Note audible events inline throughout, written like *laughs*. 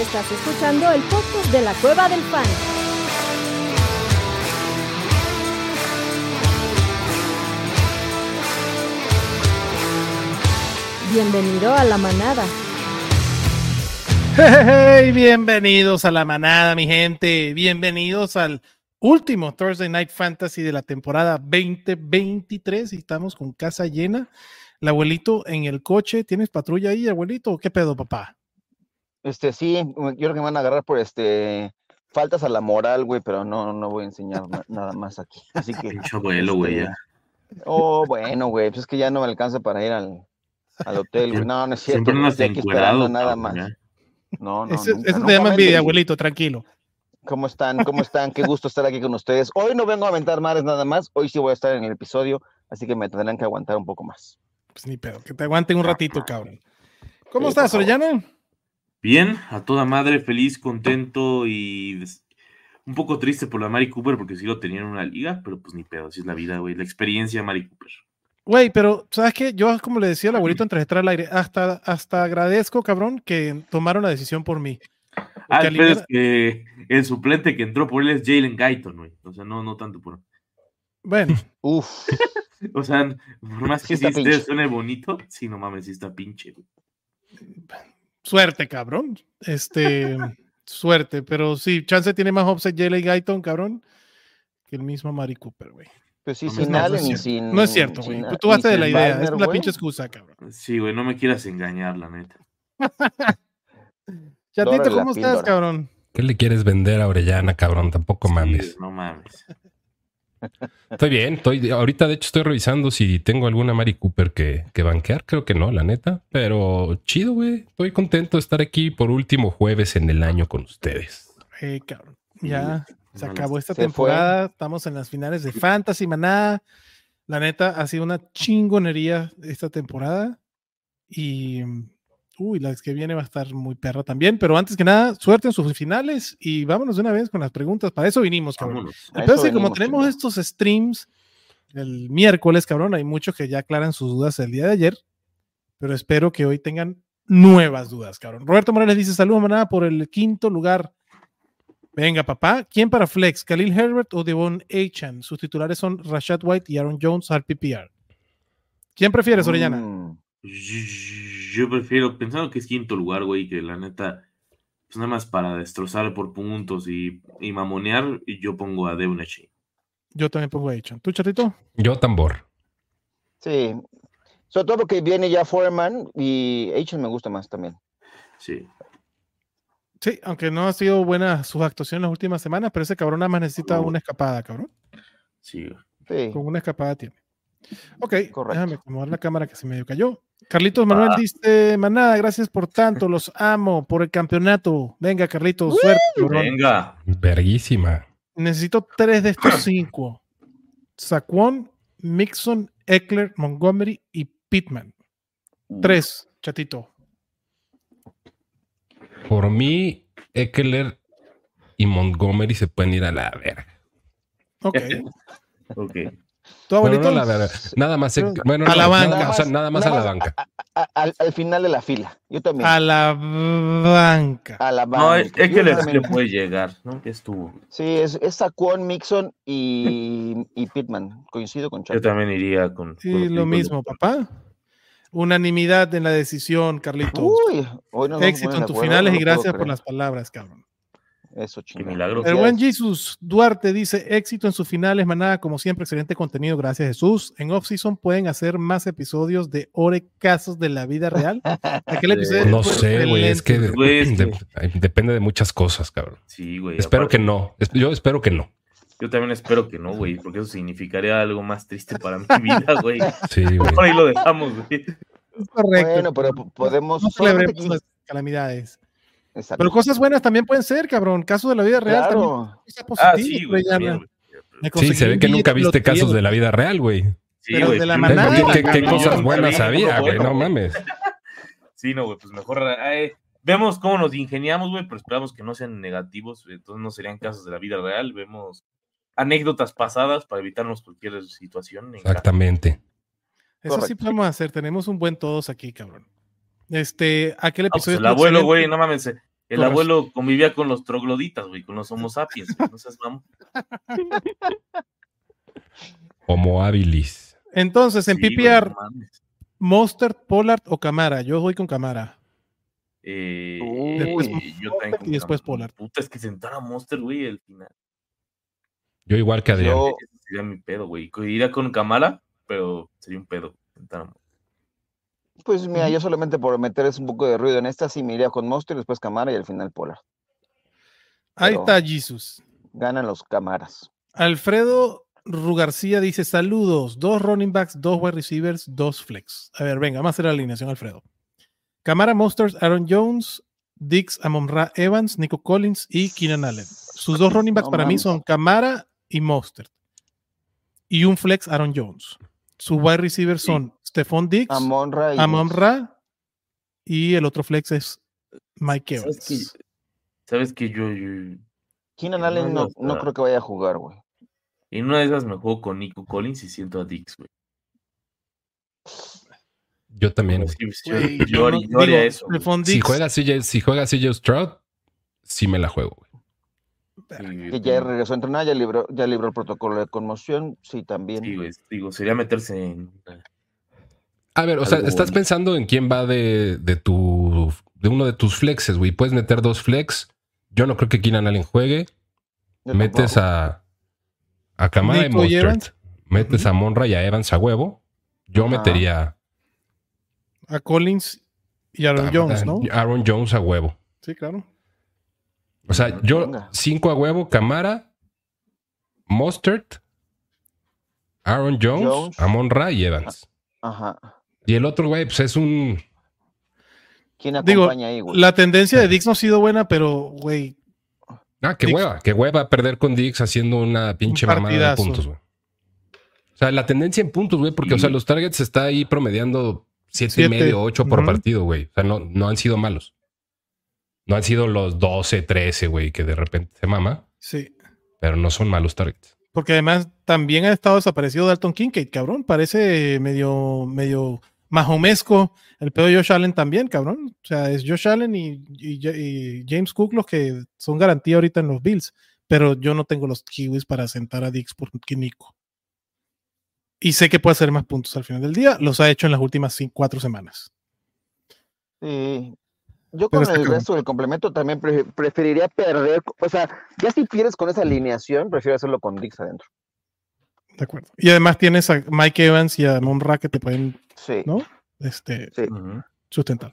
Estás escuchando el podcast de la Cueva del Fan. Bienvenido a la manada. Hey, bienvenidos a la manada, mi gente. Bienvenidos al último Thursday Night Fantasy de la temporada 2023. Y estamos con casa llena. El abuelito en el coche. ¿Tienes patrulla ahí, abuelito? ¿Qué pedo, papá? Este, sí, yo creo que me van a agarrar por este faltas a la moral, güey, pero no, no voy a enseñar na- nada más aquí. *laughs* Así que, este, Pinche abuelo, güey. ya. oh, bueno, güey, pues es que ya no me alcanza para ir al, al hotel, güey. No, no es cierto. Siempre güey, nos estoy aquí encuerados. esperando nada más. cabrón, ¿eh? ya. No, no, Eso, nunca, eso te nunca llama envidia, me envidia. abuelito, tranquilo. ¿Cómo están? ¿Cómo están? Qué gusto estar aquí con ustedes. Hoy no vengo a aventar mares nada más. Hoy sí voy a estar en el episodio, así que me tendrán que aguantar un poco más. Pues ni pedo, que te aguanten un ratito, cabrón. ¿Cómo Ah, Sí, estás, por favor. Orellana? Bien, a toda madre, feliz, contento y des- un poco triste por la Mari Cooper porque sí lo tenía en una liga, pero pues ni pedo, así es la vida, güey. La experiencia de Mari Cooper. Güey, pero ¿sabes qué? Yo, como le decía al *clears throat* abuelito antes de entrar al aire, hasta, hasta agradezco, cabrón, que tomaron la decisión por mí. Ah, Porque el pedo es alimenta- que el suplente que entró por él es Jalen Guyton, güey. O sea, no, no tanto por. Bueno, Uf, O sea, por *laughs* más Sí que sí está esté- pinche. suene bonito, sí, no mames, sí está pinche, güey. suerte, cabrón. Este, suerte, pero sí, Chance tiene más offset Jalen Guyton, cabrón, que el mismo Mari Cooper, güey. pues sí, No, sin no, no es Allen y cierto. sin. No es cierto, güey. sin- Tú- Tú y vas de sin la idea, Wagner, es la güey. pinche excusa, cabrón. Sí, güey, no me quieras engañar, la neta. Chatito, Dora la ¿cómo estás, píldora. cabrón? ¿Qué le quieres vender a Orellana, cabrón? Tampoco Sí, mames. no mames. Estoy bien, estoy. Ahorita, de hecho, estoy revisando si tengo alguna Mari Cooper que, que banquear. Creo que no, la neta. Pero chido, güey. Estoy contento de estar aquí por último jueves en el año con ustedes. Eh, cabrón. Sí, Ya se no lo acabó esta Se fue. temporada. Estamos en las finales de Fantasy Maná. La neta ha sido una chingonería esta temporada. Y mm, uy, la que viene va a estar muy perra también. Pero antes que nada, suerte en sus finales y vámonos de una vez con las preguntas. Para eso vinimos, cabrón. Vámonos. A Pero eso sí, como venimos, tenemos chingado. estos streams el miércoles, cabrón, hay muchos que ya aclaran sus dudas el día de ayer, pero espero que hoy tengan nuevas dudas, cabrón. Roberto Morales dice, saludos, manada, por el quinto lugar. Venga, papá. ¿Quién para Flex? ¿Khalil Herbert o Devon Achan? Sus titulares son Rashad White y Aaron Jones al PPR. ¿Quién prefieres, Orellana? Mm. Yo prefiero, pensando que es quinto lugar, güey, que la neta, pues nada más para destrozar por puntos y, y mamonear, y yo pongo a Deunachi. Yo también pongo a Achan. ¿Tú, chatito? Yo tambor. Sí. Sobre todo porque viene ya Foreman y H me gusta más también. Sí. Sí, aunque no ha sido buena sus actuaciones las últimas semanas, pero ese cabrón nada más necesita Uh. una escapada, cabrón. Sí, güey. Sí. Con una escapada tiene. Ok, Correcto. déjame acomodar la cámara que se medio cayó. Carlitos Manuel dice, manada, gracias por tanto, los amo por el campeonato. Venga, Carlitos, suerte. cabrón. Venga. Verguísima. Necesito tres de estos cinco. Saquon, Mixon, Eckler, Montgomery y Pittman. Mm. Tres, chatito. Por mí, Eckler y Montgomery se pueden ir a la verga. Ok. Este. *laughs* Ok. ¿Tu Bueno, abuelito? no la verga. Nada más. Eck- Bueno, A no, la banca. Nada, o sea, nada más a la Nada más banca. A- al, al final de la fila. Yo también. A la banca. a la No, banca. es, este, es Yo que le, también. le puede llegar, ¿no? Ya estuvo. Sí, es, es Saquon, Mixon y, y Pittman. Coincido con Yo Chato. también iría con. Sí, con- lo con- mismo, papá. Unanimidad en la decisión, Carlitos. Uy, hoy nos vamos a Éxito poner de en tus acuerdo, finales no y lo puedo gracias por creer. las palabras, cabrón. Eso, chingado. milagro. El Felicidades. buen Jesus Duarte dice: éxito en sus finales, manada, como siempre, excelente contenido, gracias Jesús. En off-season pueden hacer más episodios de Ore Casos de la Vida Real. Aquel episodio. No fue sé, güey. Es que excelente. Güey, es que- de- depende de muchas cosas, cabrón. Sí, güey. Espero aparte, que no. Es- Yo espero que no. Yo también espero que no, güey, porque eso significaría algo más triste para mi vida, güey. *laughs* Sí, güey. Ahí lo dejamos, güey. Es correcto. Bueno, pero po- podemos. no solamente celebremos las calamidades. que- Exacto. Pero cosas buenas también pueden ser, cabrón. Casos de la vida real también. Claro. Cosas Ah, positivas, sí, güey. Orellana. también, güey. Me Sí, conseguí se ve un que billete nunca viste lotería, casos de la vida real, güey. Sí, Pero güey, de la pues, Entonces, manada. ¿qué- ¿Qué, la qué cabrón. cosas buenas Cabrón, había, güey? bueno, No mames. Sí, no, güey, pues mejor eh, vemos cómo nos ingeniamos, güey, pero esperamos que no sean negativos, entonces no serían casos de la vida real, vemos anécdotas pasadas para evitarnos cualquier situación. en caso. Exactamente. Eso sí Correcto. podemos hacer. Tenemos un buen todos aquí, cabrón. Este, aquel Ah, pues, episodio. el estuvo abuelo, excelente. güey, no mames, eh, El Con abuelo convivía con los trogloditas, güey, con los homo sapiens. güey, no seas mamón. Homo habilis. Entonces, en Sí, güey, PPR, no mames. Mustard, Pollard o Camara. Yo voy con Camara. Eh, Uy. Después yo Monster también y después como- Pollard. Puta, es que sentar a Monster, güey, al final. Yo igual que Adrián. Yo- Oh. Ese sería mi pedo, güey. Co- Iría con Kamala, pero sería un pedo. sentar a Monster. Pues mira, yo solamente por meterles un poco de ruido en esta, sí me iría con Monster, después Camara y al final Polar. Ahí Pero- está Jesus. Ganan los Camaras. Alfredo Rugarcía dice: Saludos, dos running backs, dos wide receivers, dos flex. A ver, venga, más a hacer la alineación, Alfredo. Camara Monsters, Aaron Jones, Dix Amomra Evans, Nico Collins y Keenan Allen. Sus dos running backs No para mí mames. son Camara y Mustard. Y un flex Aaron Jones. Sus wide receivers Sí. son Stephon Dix, Amonra y. pues, Amon Ra y el otro flex es Mike ¿Sabes que, Evans. sabes que yo, yo- Keenan No, Allen no, no, no está. creo que vaya a jugar, güey. En una de esas me juego con Nico Collins y siento a Dix, güey. Yo también. Sí, sí, yo- Güey, yo haría- no- yo haría digo, eso. güey. Stephon Si Diggs, juega, CJ, si juega CJ Stroud, sí me la juego. güey. Sí, Que güey, ya regresó a entrenar, ya libró, ya libró el protocolo de conmoción, sí, también. sí, güey, digo, sería meterse en. A ver, o sea, Algo estás bonito. pensando en quién va de, de tu de uno de tus flexes, güey. Puedes meter dos flex. Yo no creo que Keenan Allen juegue. Yo Metes tampoco. a a Kamara y Nico y Mostert. Evans. Metes Ujú. a Monra y a Evans a huevo. Yo Ajá. metería a Collins y Aaron a Jones, ¿no? Aaron Jones a huevo. Sí, claro. O sea, Venga. yo cinco a huevo, Camara, Mostert, Aaron Jones, Jones. Amon Ra y Evans. Ajá. Y el otro, güey, pues es un. ¿Quién Digo, acompaña ahí, güey? La tendencia de Sí. Dix no ha sido buena, pero, güey, Ah, qué Dix. hueva, qué hueva perder con Dix haciendo una pinche mamada de partidazo. puntos, güey. O sea, la tendencia en puntos, güey, porque, o sea, los targets está ahí promediando siete, Siete. y medio, ocho por Ujú. partido, güey. O sea, no, no han sido malos. No han sido los 12, 13, güey, que de repente se mama, sí. pero no son malos targets. Porque además también ha estado desaparecido Dalton Kincaid, cabrón. Parece medio, medio majomesco. El pedo de Josh Allen también, cabrón. O sea, es Josh Allen y, y- y James Cook los que son garantía ahorita en los Bills. Pero yo no tengo los kiwis para sentar a Dix por Nico. Y sé que puede hacer más puntos al final del día. Los ha hecho en las últimas cin- cuatro semanas. Sí. Yo Pero con está el cabrón. resto del complemento también pre- preferiría perder. O sea, ya si pierdes con Mm. esa alineación, prefiero hacerlo con Dix adentro. De acuerdo. Y además tienes a Mike Evans y a Monra que te pueden Sí. ¿No? este, Ujú. sustentar.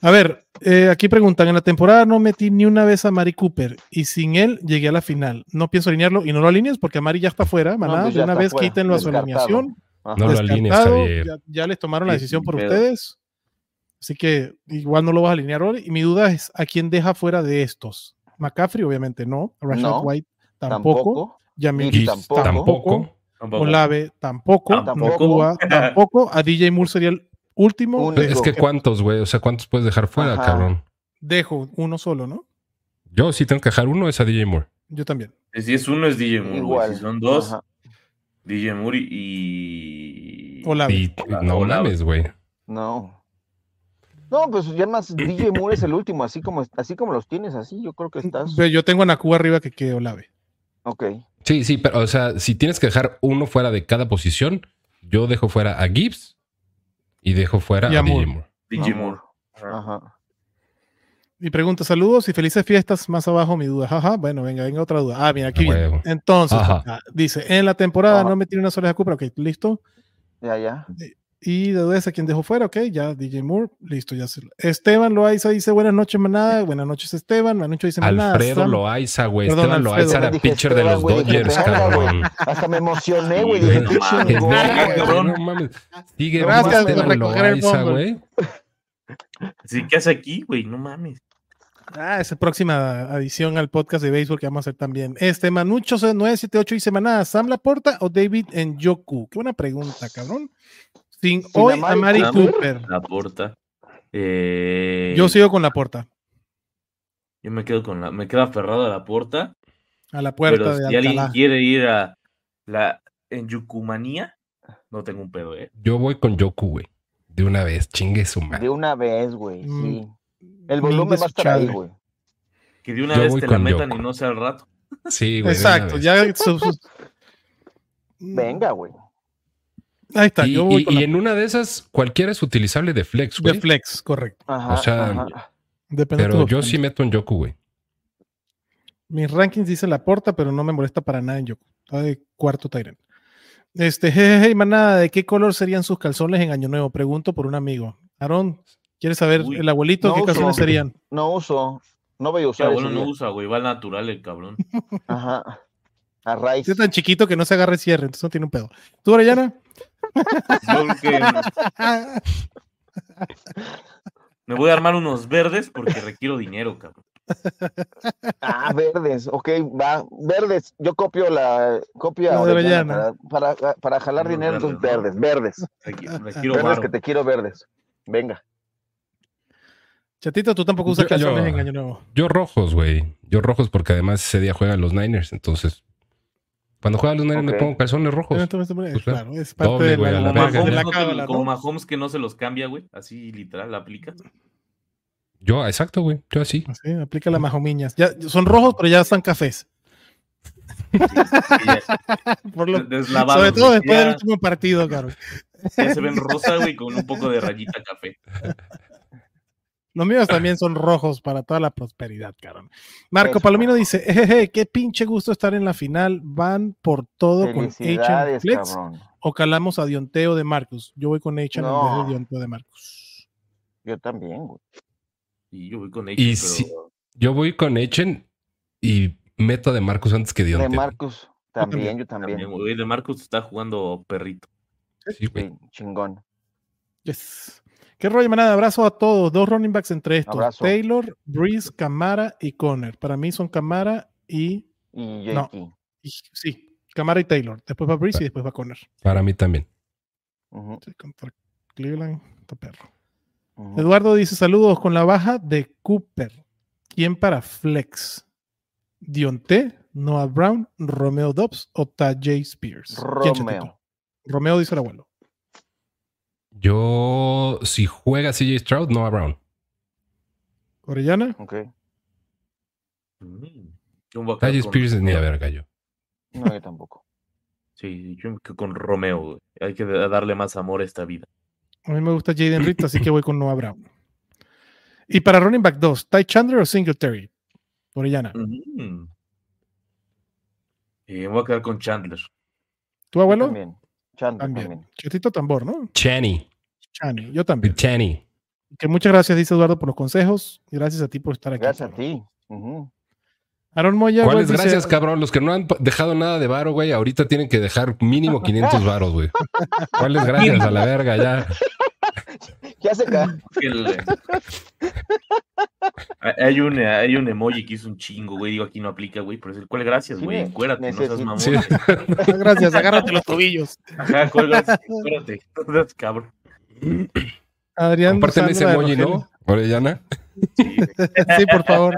A ver, eh, aquí preguntan, en la temporada no metí ni una vez a Mari Cooper y sin él llegué a la final. No pienso alinearlo y no lo alinees porque a Mari ya está fuera, manada, pues de ya una está vez fuera, quítenlo a su descartado. alineación. Ajá. No lo alinees, descartado, Javier. ya, ya les tomaron la Sí, decisión sin por pedo. ustedes. Así que igual no lo vas a alinear hoy. Y mi duda es a quién deja fuera de estos. McCaffrey, obviamente no. Rashad No, White tampoco. Tampoco. Jamil Y Gibbs tampoco. tampoco. Tampoco. Olave tampoco, Tampoco. Nakua tampoco, a DJ Moore sería el último. Un- Pero Es que Digo- cuántos, güey, o sea, cuántos puedes dejar fuera, Ajá. cabrón. Dejo uno solo, ¿no? Yo sí tengo que dejar uno, es a DJ Moore. Yo también. Si es uno, es DJ Moore. güey. Igual. Si son dos, Ajá. DJ Moore y. Ah, Olave. Y Hola, no hola. mames, güey. No. No, pues ya *laughs* más DJ Moore es el último, así como, así como los tienes, así yo creo que estás. Ve, Yo tengo a Nakua arriba que, que Olave. Ok. Sí, sí, pero, o sea, si tienes que dejar uno fuera de cada posición, yo dejo fuera a Gibbs y dejo fuera Y a a Moore. DJ Moore. DJ Moore. ah, Ajá. Ajá. Y pregunta, saludos y felices fiestas. Más abajo mi duda. Jaja, bueno, venga, venga otra duda. Ah, mira, aquí A viene. huevo. Entonces, Ajá. ah, dice, en la temporada Ajá. no metí una sola de Cooper, ok, listo. Ya, ya. Y de dudas a quien dejó fuera, ok, ya DJ Moore, listo, ya se... Esteban Loaiza dice, buenas noches, manada. Buenas noches, Esteban. Buenas noches, dice, manada. Alfredo Sam- Loaiza, güey. Perdón, Esteban Alfredo. Loaiza era Dije pitcher de Esteban, los güey, dije Dodgers, Esteban, güey. cabrón. Hasta me emocioné, güey. Sí, Dije, no qué mames, Qué chingón, verga, güey. cabrón. No mames. Sigue vivo Gracias por Esteban recoger el Loaiza, fumble. güey. Sí, ¿qué hace aquí, güey? No mames. Ah, esa próxima adición al podcast de béisbol que vamos a hacer también. Este, Manucho 978 dice, manada, ¿Sam Laporta o David Njoku? Qué buena pregunta, cabrón. Sin, Sin hoy Amari a Mari Cooper. Cooper. La porta. Eh, Yo sigo con la puerta. Yo me quedo con la. Me quedo aferrado a la porta. A la puerta pero de si alguien Alcalá. quiere ir a la en Yucumanía, no tengo un pedo, ¿eh? Yo voy con Yoku, güey. De una vez, chingue su De madre. una vez, güey. Mm. Sí. El volumen va a estar ahí, Indesechable. güey. Que de una Yo vez voy te la con metan Yoko. y no sea al rato. Sí, güey. de una Exacto, vez. ya. su- su- Venga, güey. Ahí está, Y, yo voy y- con y la- en una de esas, cualquiera es utilizable de flex, de güey. flex, correcto. Ajá, O sea, ajá. Depende de Pero tu yo opción. sí meto en Yoku, güey. Mis rankings dice la porta, pero no me molesta para nada en Yoko. Está de cuarto Tyrant. Este, *laughs* jejeje, manada, ¿de qué color serían sus calzones en Año Nuevo? Pregunto por un amigo. Aarón, ¿quieres saber Uy, el abuelito no, qué calzones no. serían? No uso. No voy a Que usar. abuelo ese no día. usa, güey. Va al natural el cabrón. Ajá. A raíz. Es tan chiquito que no se agarre cierre, entonces no tiene un pedo. ¿Tú, Orellana? Yo creo que me voy a armar unos verdes porque requiero dinero, cabrón. Ah, verdes. Ok, va. Verdes. Yo copio la. Copio a La de Orellana Avellana. para, para, para jalar Unos dinero. Entonces, verdes, verdes, verdes. Requi- Requiero Verdes varo. que te quiero verdes. Venga. Chatito, tú tampoco usas Yo- calzones yo- en Año Nuevo. Yo rojos, güey. Yo rojos porque además ese día juegan los Niners. Entonces, cuando juegan los Niners Ok. me pongo calzones rojos. Entonces, bueno, pues, claro, es parte doble, de güey, la, a la de la verga, Mahomes ya. no te- cábala, Como ¿no? Mahomes que no se los cambia, güey. Así literal, *laughs* la aplica. Yo, exacto, güey. Yo así. Así, Ah, aplica la majomiñas. Ya, son rojos, pero ya están cafés. Y ya- Por lo- deslavados, sobre todo güey. después del Ya- último partido, claro. Ya se ven rosa, güey, con un poco de rayita café. Los míos también son rojos para toda la prosperidad, cabrón. Marco Eso. Palomino dice, jejeje, qué pinche gusto estar en la final. Van por todo con H Felicidades, Flex cabrón. o calamos a Dionteo de Marcus. Yo voy con H en No. vez de Dionteo de Marcus. Yo también, güey. Y yo voy con ellos, Y pero sí. Yo voy con Echen y meto de Marcus antes que De Dionte. güey. Marcus. También, yo también. también, güey, de Marcus está jugando perrito. Sí, güey. Sí, chingón. Yes. Qué rollo, manada. Abrazo a todos. Dos running backs entre estos. Abrazo. Taylor, Breeze, Camara y Conner. Para mí son Camara y... Y No. Jakey. y- sí, Camara y Taylor. Después va Breeze y después va Conner. Para mí también. Ujú, Sí, contra Cleveland, está perro. ujú. Eduardo dice saludos con la baja de Cooper. ¿Quién para Flex? Dionte, Noah Brown, Romeo Dobbs o Tajay Spears. ¿Quién, Romeo. chatito? Romeo dice el abuelo. Yo, si juega CJ Stroud, no a Brown. Orellana, Ok. Mm. Yo me voy a quedar Tajay con- Spears ni a verga yo. No, yo tampoco. Sí, yo me quedo con Romeo, güey. Hay que da- darle más amor a esta vida. a mí me gusta Jaden Reed, así que voy con Noah Brown. Y para running back 2, Ty Chandler o Singletary. Orellana, Mm. Eh, me voy a quedar con Chandler. ¿tu Yo abuelo? También. Chandler También. también. Chatito tambor, ¿no? Chani. Chani, yo también. Chani. Que muchas gracias, dice Eduardo, por los consejos. Y gracias a ti por estar aquí. Gracias a cabrón. ti. Ujú. Aaron Moya. ¿Cuáles güey, dice- gracias, cabrón? Los que no han pa- dejado nada de varo, güey, ahorita tienen que dejar mínimo 500 varos, güey. ¿Cuáles gracias a la verga ya? Ya se ca- Que el- eh, *laughs* Hay- Hay un, hay un emoji que hizo un chingo, güey. Digo, aquí no aplica, güey. Pero es el cual gracias, Sí, güey. ne- Encuérate, no seas necesito- mamón. Sí. güey. "Ah, Gracias, agárrate los tobillos. *laughs* Ajá, *laughs* cuál gracias, encuérate. No seas cabrón. Adrián. Compárteme ese Sandra de emoji, Rogelio. ¿no? Orellana. Sí, güey. *laughs* sí, por favor.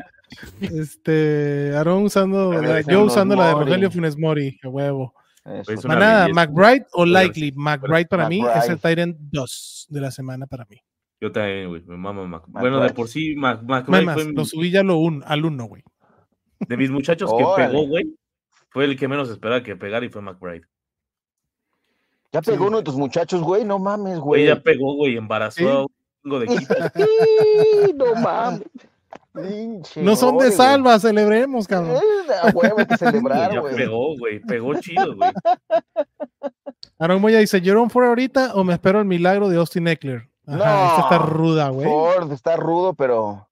Este, Aarón usando, A ver, la- ese yo no, usando la de Mori. Rogelio Funes Mori, a huevo. Eso Es sí. una Manada, belleza. McBride o Buenas- Likely. McBride para mí es el McBride. Tyrant 2 de la semana para mí. Yo también, güey. Me mama Mac. Bueno, de Rice. por sí, Mac, Mac Nada Rice más, fue mi- lo subí ya lo un, al 1, güey. de mis muchachos que Órale. pegó, güey. Fue el que menos esperaba que pegara y fue McBride. Ya Sí. pegó uno de tus muchachos, güey. No mames, güey. Güey, ya pegó, güey. Embarazó Sí. a un chingo de equipo. *laughs* Sí, no mames. Pinche No son Mori, de güey. salva, celebremos, cabrón. Eh, A huevo hay que celebrar, *laughs* ya güey. pegó, güey. Pegó chido, güey. Aaron Moya dice, ¿Jerome Ford ahorita o me espero el milagro de Austin Eckler? Ajá, No. esta está ruda, güey. Ford está rudo, pero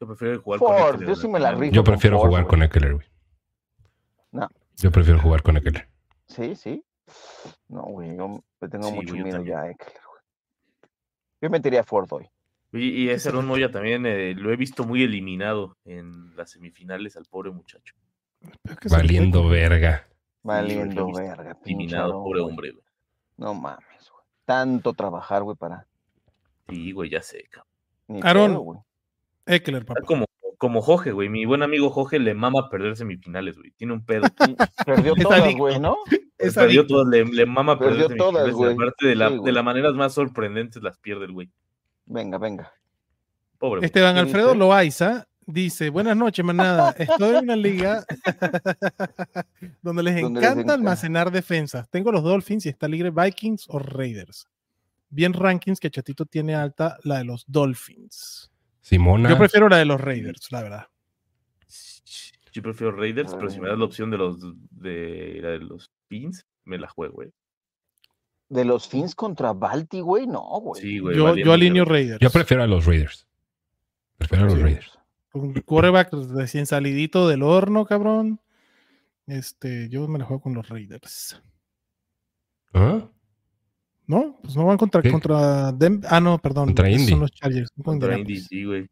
Yo prefiero jugar este Ford, Eckler, yo güey. sí me la rifo. Yo prefiero Por favor, jugar güey. con Eckler, güey. No. Yo prefiero jugar con Eckler. sí, sí. No, güey, yo le tengo Sí, mucho güey, yo miedo también. ya, a Eckler, güey. Yo metería a Ford hoy. Y, y ese Ron Moya también eh, lo he visto muy eliminado en las semifinales al pobre muchacho. Pero que se- Valiendo verga. lo Valiendo he visto verga, pinche. Eliminado, Aarón, pobre güey. hombre, güey. No mames, güey. Tanto trabajar, güey, para. Sí, güey, ya sé, cabrón. Ni Aarón. pedo, güey. Eckler, papá. Está como, como Jorge, güey. Mi buen amigo Jorge le mama perder semifinales, güey. Tiene *laughs* un pedo. Perdió Está todas, adicto. güey, ¿no? Es perdió adicto. todas, le, le mama Perdió perder semifinales. todas, y güey. aparte de, la, Sí, de güey. las maneras más sorprendentes las pierde el güey. Venga, venga. Pobre. güey. Esteban ¿Qué Alfredo dice? Loaiza Dice, buenas noches, manada. Estoy en una liga *laughs* donde les Donde les encanta encanta. almacenar defensas. Tengo los Dolphins y está libre Vikings o Raiders. Bien rankings que Chatito tiene alta la de los Dolphins. Simona. Yo prefiero la de los Raiders, la verdad. Yo prefiero Raiders, pero si me das Ah. la opción de los de, la de los Pins, me la juego, güey. De los Fins contra Balti, güey, no, güey. Sí, güey. Pues Yo, valía yo madre. alineo Raiders. Yo prefiero a los Raiders. Prefiero a los Sí. Raiders. Con quarterback recién salidito del horno, cabrón. Este, yo me la juego con los Raiders. ¿Ah? No, pues no van contra, ¿Qué? contra Dem- Ah, no, perdón. Contra esos Indy. Son los Chargers. son Contra contra Indy, Indianapolis. sí, güey.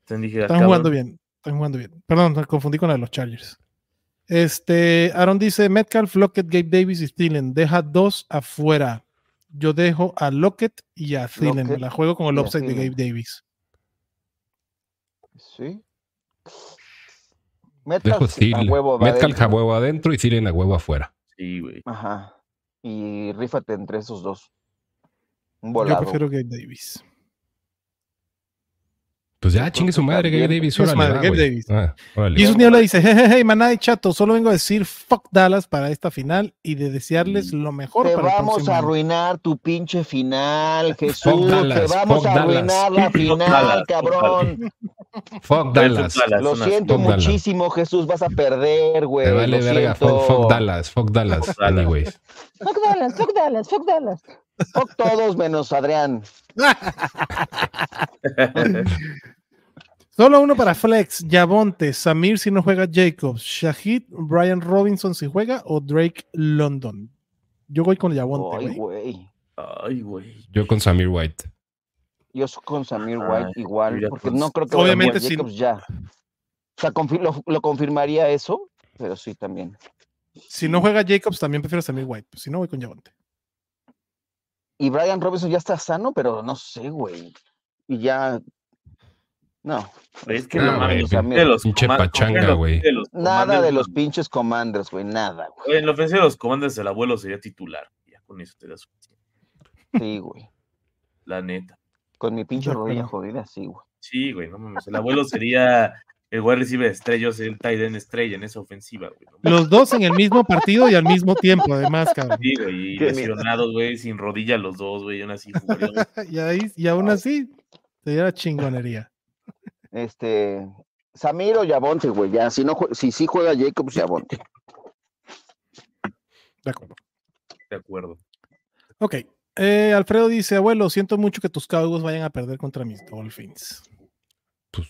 Entonces dije, pues. "Ah, Están jugando bien, están jugando bien. Perdón, me confundí con la de los Chargers. Este, Aaron dice, Metcalf, Lockett, Gabe Davis y Thielen. Deja dos afuera. Yo dejo a Lockett y a Thielen. Me Lockett la juego con el y a offside de Thielen. Gabe Davis. Sí. Dejo Metcalf a Thiel. huevo va Metcalf a adentro. huevo adentro y Thielen a huevo afuera. Sí, güey. Ajá. Y rífate entre esos dos. Un Yo volado. prefiero Gabe Davis. Pues ya, chingue su madre, Gabe También. Davis. Chingue su órale, madre, va, Gabe güey. Davis. Ah, órale. Jesus Niebla dice, hey, hey, hey, maná y chato, solo vengo a decir fuck Dallas para esta final y de desearles lo mejor Mm. Te para el vamos próximo a año". arruinar tu pinche final, Jesús. Te Dallas, vamos fuck a arruinar la Dallas. final, Dallas, cabrón. Fuck Dallas. Lo una- siento Fuck Dallas. muchísimo, Jesús. Vas a perder, güey. Te vale lo verga. siento. Fuck, fuck Dallas. Fuck Dallas. Fuck Dallas. Anyways. Fuck Dallas, fuck Dallas, fuck Dallas. Fuck todos menos Adrián. Solo uno para Flex, Yavonte, Samir si no juega Jacobs, Shahid, Brian Robinson si juega o Drake London. Yo voy con Yavonte, Ay, güey. güey. Ay, güey. Yo con Samir White. Yo soy con Samir Ajá, White igual, mira, porque pues, no creo que obviamente vaya a sin- Jacobs ya. O sea, confi- lo, lo confirmaría eso, pero sí también. Si no juega Jacobs, también prefiero a Samir White. pues, Si no, voy con Yavonte. Y Brian Robinson ya está sano, pero no sé, güey. Y ya. No. Es que Ah, no güey, mames. pin- de los pinche coman- pachanga, de los- güey. de los Nada comandos, de los güey. pinches commanders, güey. Nada, güey. En la ofensiva de los comandos, el abuelo sería titular. Ya con eso te das suficiente. Sí, güey. La neta. Con mi pinche De acuerdo. rodilla jodida, sí, güey. Sí, güey, no mames. El abuelo sería el wide receiver estrella, yo sería el tight end estrella en esa ofensiva, güey. no mames. Los dos en el mismo partido y al mismo tiempo, además, cabrón. Sí, güey, *laughs* y Qué lesionados, güey, sin rodilla los dos, güey, y aún así *laughs* jugaríamos. Y, ahí- y aún así, sería chingonería. Este. Samir o Yabonte, güey. Ya, si no jue- si sí juega Jacobs, Eh, Yabonte. De acuerdo. De acuerdo. Ok. Eh, Alfredo dice, abuelo, siento mucho que tus Cowboys vayan a perder contra mis Dolphins. pues,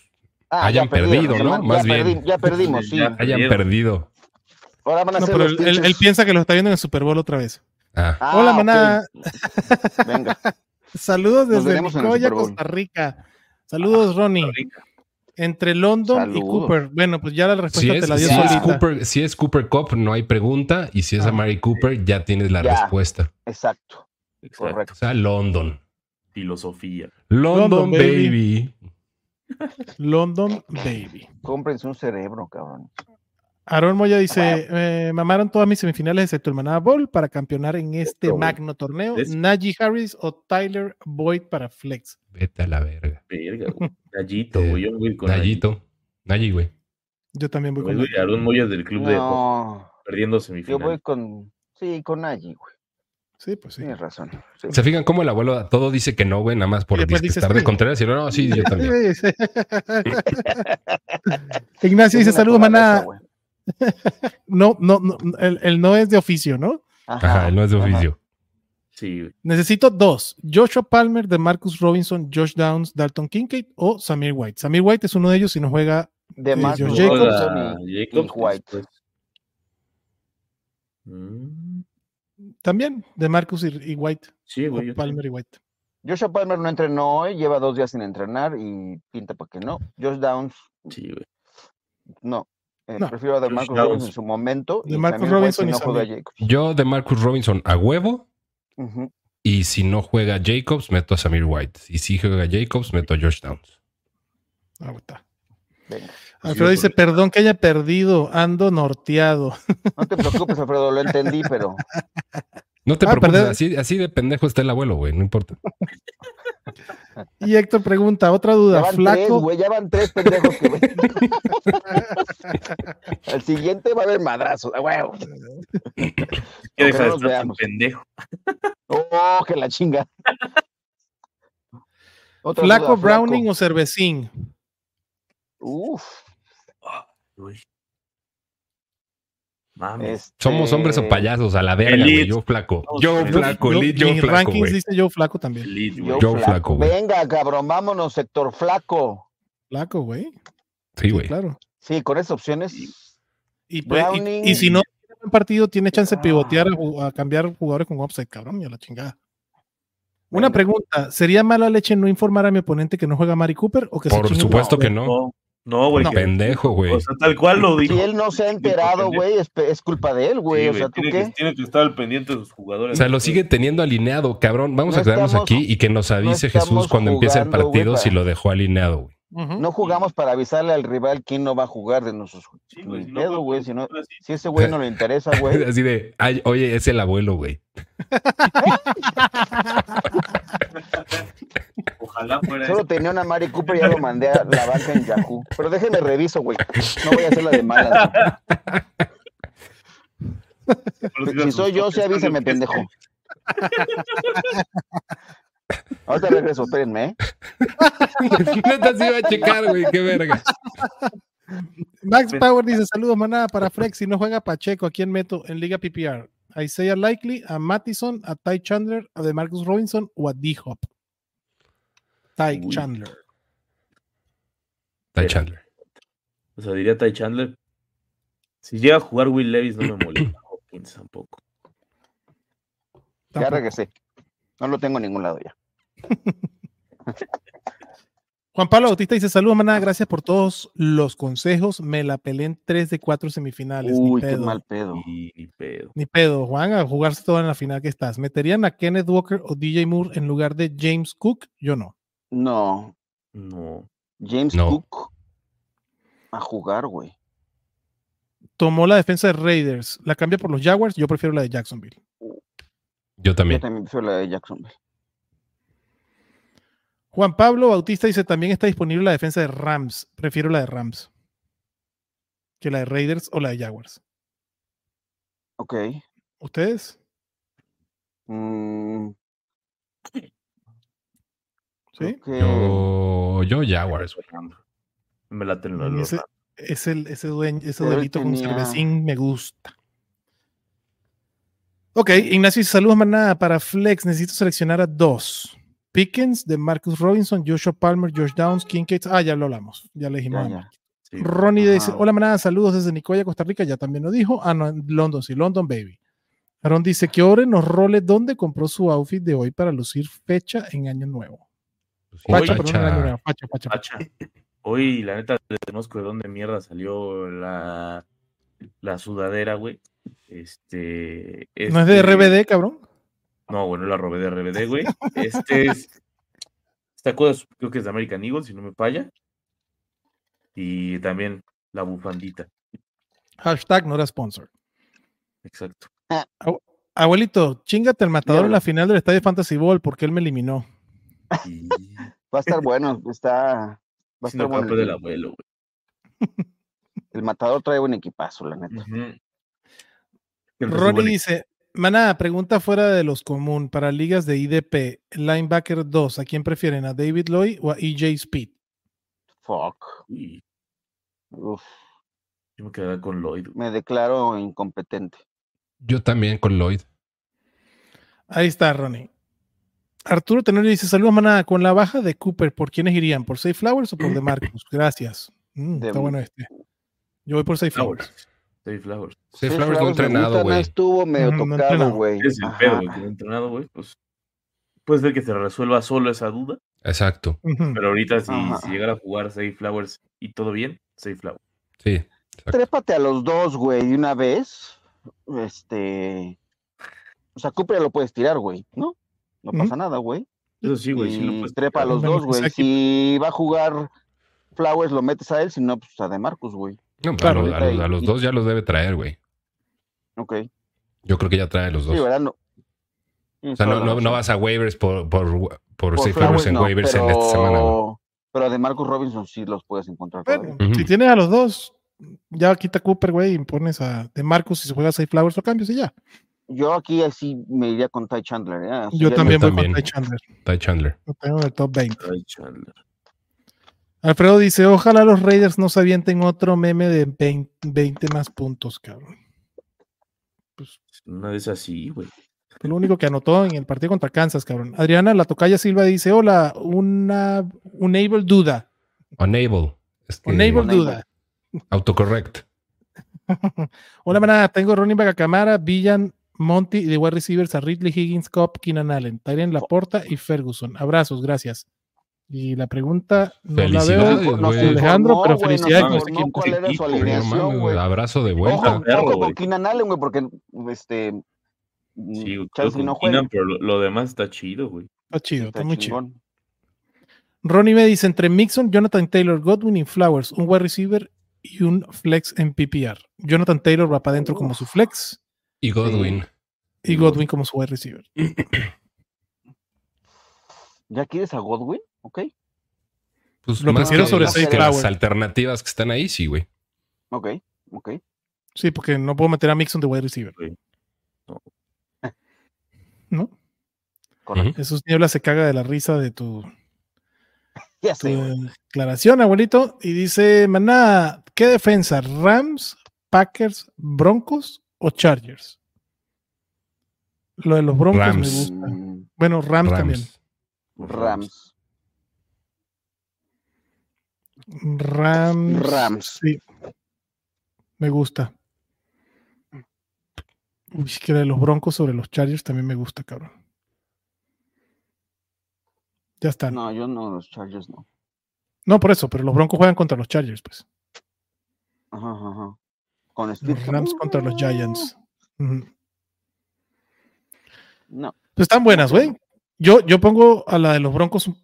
Ah, Hayan perdido, ya ¿no? ma- Más ya perdi- bien. ya perdimos, *laughs* sí. Ya. Hayan Perdieron. perdido. Ahora van a No, ser pero los él, él- él pinches- piensa que lo está viendo en el Super Bowl otra vez. Ah, Ah, Hola, ok. maná. Venga. Saludos Nos desde veremos en el Nicoya, Super Bowl. Ah, Costa Rica. Saludos, Ronnie. Rica. Entre London y Saludos. Cooper. Bueno, pues ya la si respuesta es, te la dio si, es solita. Cooper, si es Cooper Cup, no hay pregunta. Y si es Ah. a Mary Cooper, ya tienes la Ya. respuesta. Exacto. Exacto. O Correcto. sea, London. Filosofía. London, London, baby. London Baby. Cómprense un cerebro, cabrón. Aaron Moya dice: eh, Mamaron todas mis semifinales excepto el Maná Bowl para campeonar en este Exacto. magno torneo. Es- Najee Harris o Tyler Boyd para Flex. Vete a la verga. Verga, *laughs* güey. Gallito, Eh, güey. Yo voy con Nayito. Nayi, güey. Yo también voy Gallito. con Pues Güey, él. güey, Aarón Moya del club de No. perdiendo Yo semifinal. voy con. Sí, con Nagy, güey. Sí, pues sí. Tienes razón. sí. ¿Se fijan cómo el abuelo a todo dice que no, güey? Nada más Y por después disque dices, estar de sí. Contreras. Y no, no, sí, yo también. *laughs* *laughs* Ignacio Es dice: una Saludos, naturaleza, maná. güey. No, no, no, el, el no es de oficio, ¿no? Ajá, él no es de ajá. oficio. Sí, güey. Necesito dos: Joshua Palmer, de Marcus Robinson, Josh Downs, Dalton Kincaid o Samir White. Samir White es uno de ellos y no juega De Sí, Marcus Josh Jacobs. Jacobs. Hola, Jacobs, y White. después. Mm, También, de Marcus y, y White. Sí, o güey. yo Palmer y White. Joshua Palmer no entrenó hoy, lleva dos días sin entrenar y pinta para que no. Josh Downs, también. Sí, güey. no. Eh, No. Prefiero a Josh Marcus Downs. Robinson en su momento. y DeMarcus Samir White Robinson si y no juega Samir. Jacobs. Yo de Marcus Robinson a huevo. Ujú. Y si no juega Jacobs, meto a Samir White. Y si juega Jacobs, meto a Josh Downs. Ah, está. Venga. Alfredo yo dice, perdón que haya perdido, ando norteado. *laughs* No te preocupes, Alfredo, lo entendí, pero No te Ah, preocupes, perdón. así, así de pendejo está el abuelo, güey. No importa. Y Héctor pregunta, otra duda, Ya van tres, flaco. güey, ya van tres pendejos *laughs* que ven. Al siguiente va a haber madrazos, a huevo. que deja de nos estar tan veamos. pendejo. Oh, que la chinga. Otra ¿Flaco, duda, Browning o Cervecín? Uf, Uy. Mames. este, Somos hombres o payasos, a la verga, Eh, Elite. güey. Yo flaco. Vamos, Yo elite. flaco, Yo- elite, yo en el flaco, rankings güey. dice yo flaco también. Elite, Yo güey. Yo flaco. flaco, güey. Venga, cabrón, vámonos, sector flaco. Flaco, güey. Sí, Sí, güey. Claro. Sí, con esas opciones. Y, pues, y- Browning. Ah. y si no tiene buen partido, tiene chance de pivotear a ju- a, cambiar jugadores con offside, cabrón, y a la chingada. Una Bueno. pregunta: ¿sería mala leche no informar a mi oponente que no juega Mari Cooper o que se Por chingue? supuesto que no. No, no, güey. No. que- Pendejo, güey. O sea, tal cual lo dijo. Si él no se ha enterado, güey, es, pe- es culpa de él, güey. Sí, o sea, ¿tú tiene, qué? Que, tiene que estar al pendiente de sus jugadores. O sea, lo sigue teniendo alineado, cabrón. Vamos No a quedarnos estamos- aquí y que nos avise estamos Jesús cuando empiece el jugando, güey, partido para- si lo dejó alineado, güey. Ujú. No jugamos para avisarle al rival quién no va a jugar de nuestros. Sí, güey, ni si no, pedo, güey, güey, si no- ahora sí. Si ese güey no le interesa, güey. *laughs* Así de, "Ay, oye, es el abuelo, güey. *laughs* Ojalá fuera Solo eso. tenía una Mari Cooper y ya lo mandé a la banca en Yahoo. Pero déjeme reviso, güey. No voy a hacer la de malas. güey. Si *laughs* soy yo, sí avísame, pendejo. Ahorita regreso, espérenme, ¿eh? Neta, sí iba a checar, güey. Qué verga. Max pues, Power ah. dice: Saludos, manada para Frex. Si no juega Pacheco, ¿a quién meto en Liga PPR? ¿A Isaiah Likely, a Mattison, a Ty Chandler, a DeMarcus Robinson o a D-Hop? Ty Uy. Chandler. Ty Chandler. O sea, diría Ty Chandler. Si llega a jugar Will Levis, no me molesta. Hopkins tampoco. Ya regresé. No lo tengo en ningún lado ya. Juan Pablo Bautista dice: Saludos, manada. Gracias por todos los consejos. Me la pelé en 3 de 4 semifinales. ni Uy, qué pedo. mal pedo. Y ni pedo. Ni pedo, Juan, a jugarse todo en la final que estás. ¿Meterían a Kenneth Walker o DJ Moore en lugar de James Cook? Yo no. No, No. James No. Cook a jugar, güey. Tomó la defensa de Raiders. ¿La cambia por los Jaguars? Yo prefiero la de Jacksonville. Yo Yo también. también prefiero la de Jacksonville. Juan Pablo Bautista dice, también está disponible la defensa de Rams. Prefiero la de Rams que la de Raiders o la de Jaguars. Ok. ¿Ustedes? Mm, ¿Sí? creo que- Yo, yo Jaguars, güey. Pues, Me laten los Ese- los- Ese, ese, dueño, ese Pero él duelito con tenía- Cervecín me gusta. Ok, Ignacio, dice, saludos manada para Flex. Necesito seleccionar a dos. Pickens de Marcus Robinson, Joshua Palmer, Josh Downs, Kincaid. Ah, ya lo hablamos. Ya le dijimos. Ya, a ya. sí. Ronnie Ajá. dice, hola manada, saludos desde Nicoya, Costa Rica, ya también lo dijo. Ah, no, en London, sí, London, baby. Aaron dice que Ore nos role dónde compró su outfit de hoy para lucir fecha en año nuevo. Sí, Facha, Pacha. perdón, en año nuevo. Facha, facha. Pacha. Hoy, la neta, desconozco de dónde mierda salió la, la sudadera, güey. Este, ¿No es de este, RBD, cabrón? No, bueno, la robé de RBD, güey. Este es. Esta cosa creo que es de American Eagle, si no me falla. Y también la bufandita. Hashtag no era sponsor. Exacto. Abuelito, chingate al matador en Diablo. la final del estadio Fantasy Ball porque él me eliminó. *laughs* Y Va a estar bueno, está. Va a si no estar bueno. campeón el- del abuelo, güey. El matador trae un equipazo, la neta. Ujú. Siempre estuvo Ronnie en- dice, Maná, pregunta fuera de los común para ligas de IDP, linebacker 2, ¿a quién prefieren? ¿A David Lloyd o a EJ Speed? Fuck. Uy, Uf, yo me quedé con Lloyd. güey. me declaro incompetente. Yo también con Lloyd. Ahí está, Ronnie. Arturo Tenorio dice, saludos, manada. Con la baja de Cooper, ¿por quiénes irían? ¿Por Safe Flowers o por DeMarcus? Gracias. Mm, De- está bueno este. Yo voy por Safe Flowers. Flowers. Dave Flowers. Sí, Sí, Flowers no me gusta, entrenado, No güey. estuvo medio Mm, no tocado, entrenado. güey. Es el Ajá. pedo, güey, que no ha entrenado, güey. Pues puede ser que se resuelva solo esa duda, Exacto. Ujú. pero ahorita si, Ajá. si llegara a jugar Safe Flowers y todo bien, Safe Flowers. Sí. exacto. Trépate a los dos, güey, de una vez. Este. O sea, Cooper lo puedes tirar, güey, ¿no? No Ujú. pasa nada, güey. Eso sí, güey, sí lo Y puedes trepa a los Bueno, dos, pues güey. aquí- Si va a jugar Flowers, lo metes a él, si no, pues a DeMarcus, güey. No, Claro. a, los, a los- a los Y- dos ya los debe traer, güey. Ok. Sí, Yo creo que ya trae a los dos. ¿verdad? No. O sea, no, no, no vas a waivers por, por, por safe harbors en waivers en esta semana. güey. Pero de Marcus Robinson sí los puedes encontrar. Bueno, todavía. Ujú. si tienes a los dos, ya quita Cooper, güey, y pones a de Marcus y se juega a Flowers o cambios y ya. Yo aquí así me iría con Ty Chandler. ¿eh? Así Yo ya también voy también. con Ty Chandler. Ty Chandler. Lo tengo en el top 20. Ay, Chandler. Alfredo dice: Ojalá los Raiders no se avienten otro meme de 20, 20 más puntos, cabrón. Una de esas sí, güey. Lo único que anotó en el partido contra Kansas, cabrón. Adriana La Tocaya Silva dice: Hola, una unable duda. Unable. Es que- Unable Unable. duda. Autocorrect. Hola, manada. Tengo running back a Camara, Villan, Monty y de wide receivers a Ridley, Higgins, Cobb, Keenan Allen, Tyrion Laporta y Ferguson. Abrazos, gracias. Y la pregunta no la Felicidades, veo. Nos- nos güey. Alejandro, pero informó, güey, nos felicidades con informó este equipo. cuál era su Güey, no Güey, no alineación, mames, güey. abrazo de vuelta. Ojo, Perro, ojo con güey. Keenan Allen, güey, porque este. mm, Sí, güey, creo Chelsea que no juega. opinan, pero lo, lo demás está chido, güey. Está chido, está, Está muy chido. chingón. Ronnie me dice: entre Mixon, Jonathan Taylor, Godwin y Flowers, un wide receiver y un flex en PPR. Jonathan Taylor va para adentro como su flex Y Godwin. y Godwin como su wide receiver. ¿Ya quieres a Godwin? Ok. Pues Lo más prefiero que, sobre más Zay que Flowers. las alternativas que están ahí, sí, güey. Ok. Ok. Sí, porque no puedo meter a Mixon de wide receiver. Sí. No. ¿No? Correcto. Jesús Niebla se caga de la risa de tu, Ya tu sé, güey. declaración, abuelito. Y dice, maná, ¿qué defensa? ¿Rams, Packers, Broncos o Chargers? Lo de los Broncos Rams. me gusta. Mm, Bueno, Rams, también. Rams. Rams. Rams. Rams. Sí. Me gusta. Uy, que la de los Broncos sobre los Chargers también me gusta, cabrón. Ya están. No, yo no, los Chargers no. No, por eso, pero los Broncos juegan contra los Chargers, pues. Ajá, ajá, ajá. Con Speed. Los Rams contra los Giants. Oh. Ujú. No. Pues están buenas, güey. Yo, yo pongo a la de los Broncos un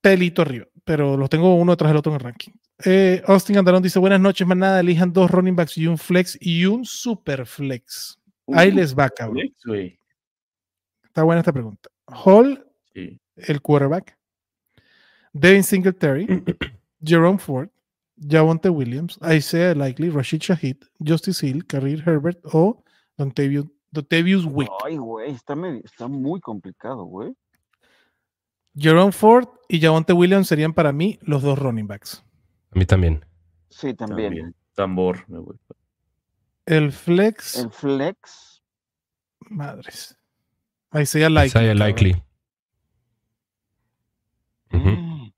pelito arriba, pero los tengo uno tras el otro en el ranking. Eh, Austin Andarón dice: Buenas noches, manada. Elijan dos running backs y un flex y un super flex. Ahí Uh. les va, cabrón. Alex, güey. Está buena esta pregunta. Hall, Sí. el quarterback. Devin Singletary. *clears throat* Jerome Ford. Javonte Williams. Isaiah Likely. Rashid Shahid. Justice Hill. Karir Herbert. O Dontavius, Dontavius Wick. Ay, güey, está, medio- está muy complicado, güey. Jerome Ford y Javonte Williams serían para mí los dos running backs. A mí también. Sí, también. También. Tambor, me voy. El flex, El Flex. madres. Isaiah Likely. Isaiah cabrón. Likely. Ujú. mm,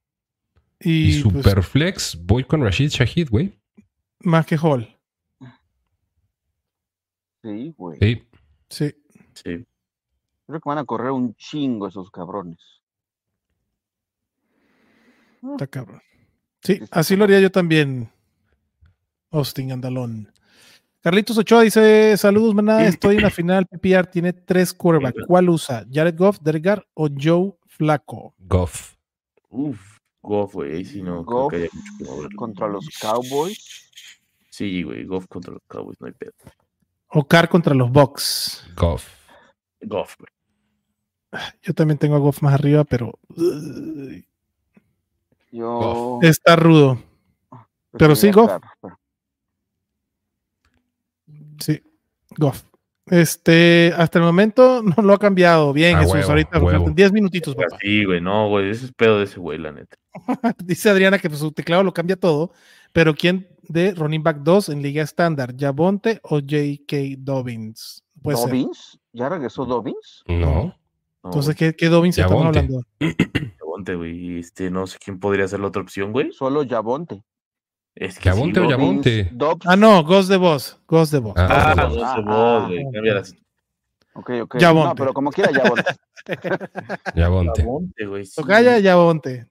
Y, Y, pues, Superflex, voy con Rashid Shahid, güey. más que Hall. Sí, güey. Sí. Sí. Sí. Creo que van a correr un chingo esos cabrones. Está cabrón. Sí, así lo haría yo también. Austin Andalón. Carlitos Ochoa dice: Saludos, manada. Estoy en la final. PPR tiene tres quarterback. ¿Cuál usa? ¿Jared Goff, Dergar o Joe Flaco? Goff. Uf, Goff, güey. ahí Sí, no. creo Goff que haya mucho que mover. contra los Cowboys. Sí, güey. Goff contra los Cowboys, no hay pedo. O Carr contra los Bucks. Goff. Goff, güey. Yo también tengo a Goff más arriba, pero uh, Yo. está rudo. pero sí, preferiría Goff. Carr, pero- Sí, Goff. Este, hasta el momento *laughs* no lo ha cambiado. Bien, A Jesús, huevo, ahorita huevo. faltan 10 minutitos, papá. Sí, güey. No, güey. Ese es pedo de ese güey, la neta. Dice Adriana que pues, su teclado lo cambia todo, pero ¿quién de running back 2 en liga estándar? ¿Yabonte o J.K. Dobbins? Pues ¿Dobbins? ¿Ya regresó Dobbins? No. No, entonces, ¿qué, qué Dobbins estamos Yabonte. hablando? güey, Javonte, güey. Este, no sé quién podría ser la otra opción, güey. Solo Yavonte. Es que Javonte o sí, Javonte. Goff- Aponte. Dobbs. Ah, no, Ghost de Boss, Ghost de Boss. Ah, Ah, Javonte. Goff Ah, de Ball, güey. ah, Cambia las. Ok, ok. No, Yavonte. pero como quiera Yavonte. Yavonte. Javonte, güey. sí. Tocaya Yabonte.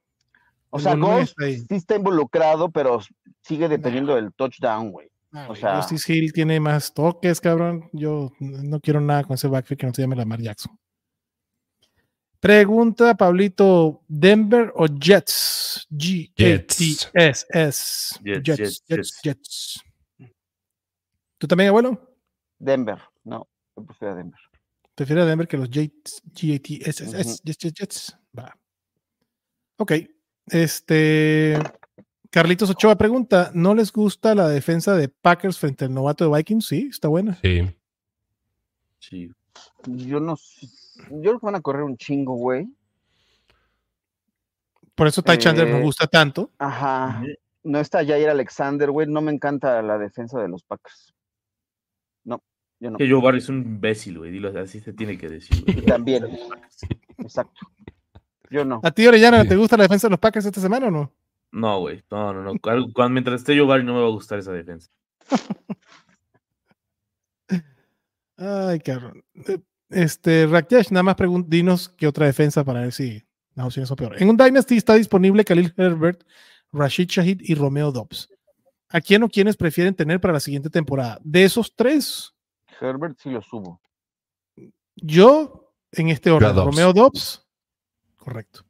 O El sea, volumen Ghost está ahí. sí está involucrado, pero sigue dependiendo del touchdown, güey. Ah, o güey, sea- Justice Hill tiene más toques, cabrón. Yo no quiero nada con ese backfield que no se llame Lamar Jackson. Pregunta, Pablito, ¿Denver o Jets? G E Jets. S S. Jets, Jets, Jets, Jets, Jets, ¿Tú también, abuelo? Denver. No, yo prefiero a Denver. Prefiero a Denver que los Jets. E Jets, Jets, Jets, Jets. Va. Ok. Este. Carlitos Ochoa pregunta: ¿No les gusta la defensa de Packers frente al novato de Vikings? Sí, está buena. Sí. Sí. Yo no. s- Yo creo que van a correr un chingo, güey. Por eso Ty Chandler Eh, nos gusta tanto. Ajá. No está Jair Alexander, güey. No me encanta la defensa de los Packers. No, yo no. Que Joe Barry es un imbécil, güey. Dilo, así se tiene que decir, güey. También. Exacto. Yo no. ¿A ti, Orellana, Sí. te gusta la defensa de los Packers esta semana o no? No, güey. No, no, no. Algo- cuando- mientras esté Joe Barry no me va a gustar esa defensa. Ay, cabrón. Eh, Este, Rakjash, nada más pregun- dinos qué otra defensa para ver si las opciones son peores. En un Dynasty está disponible Khalil Herbert, Rashid Shahid y Romeo Dobbs. ¿A quién o quiénes prefieren tener para la siguiente temporada? De esos tres, Herbert sí lo subo. yo en este a orden. Dobbs. Romeo Dobbs, correcto.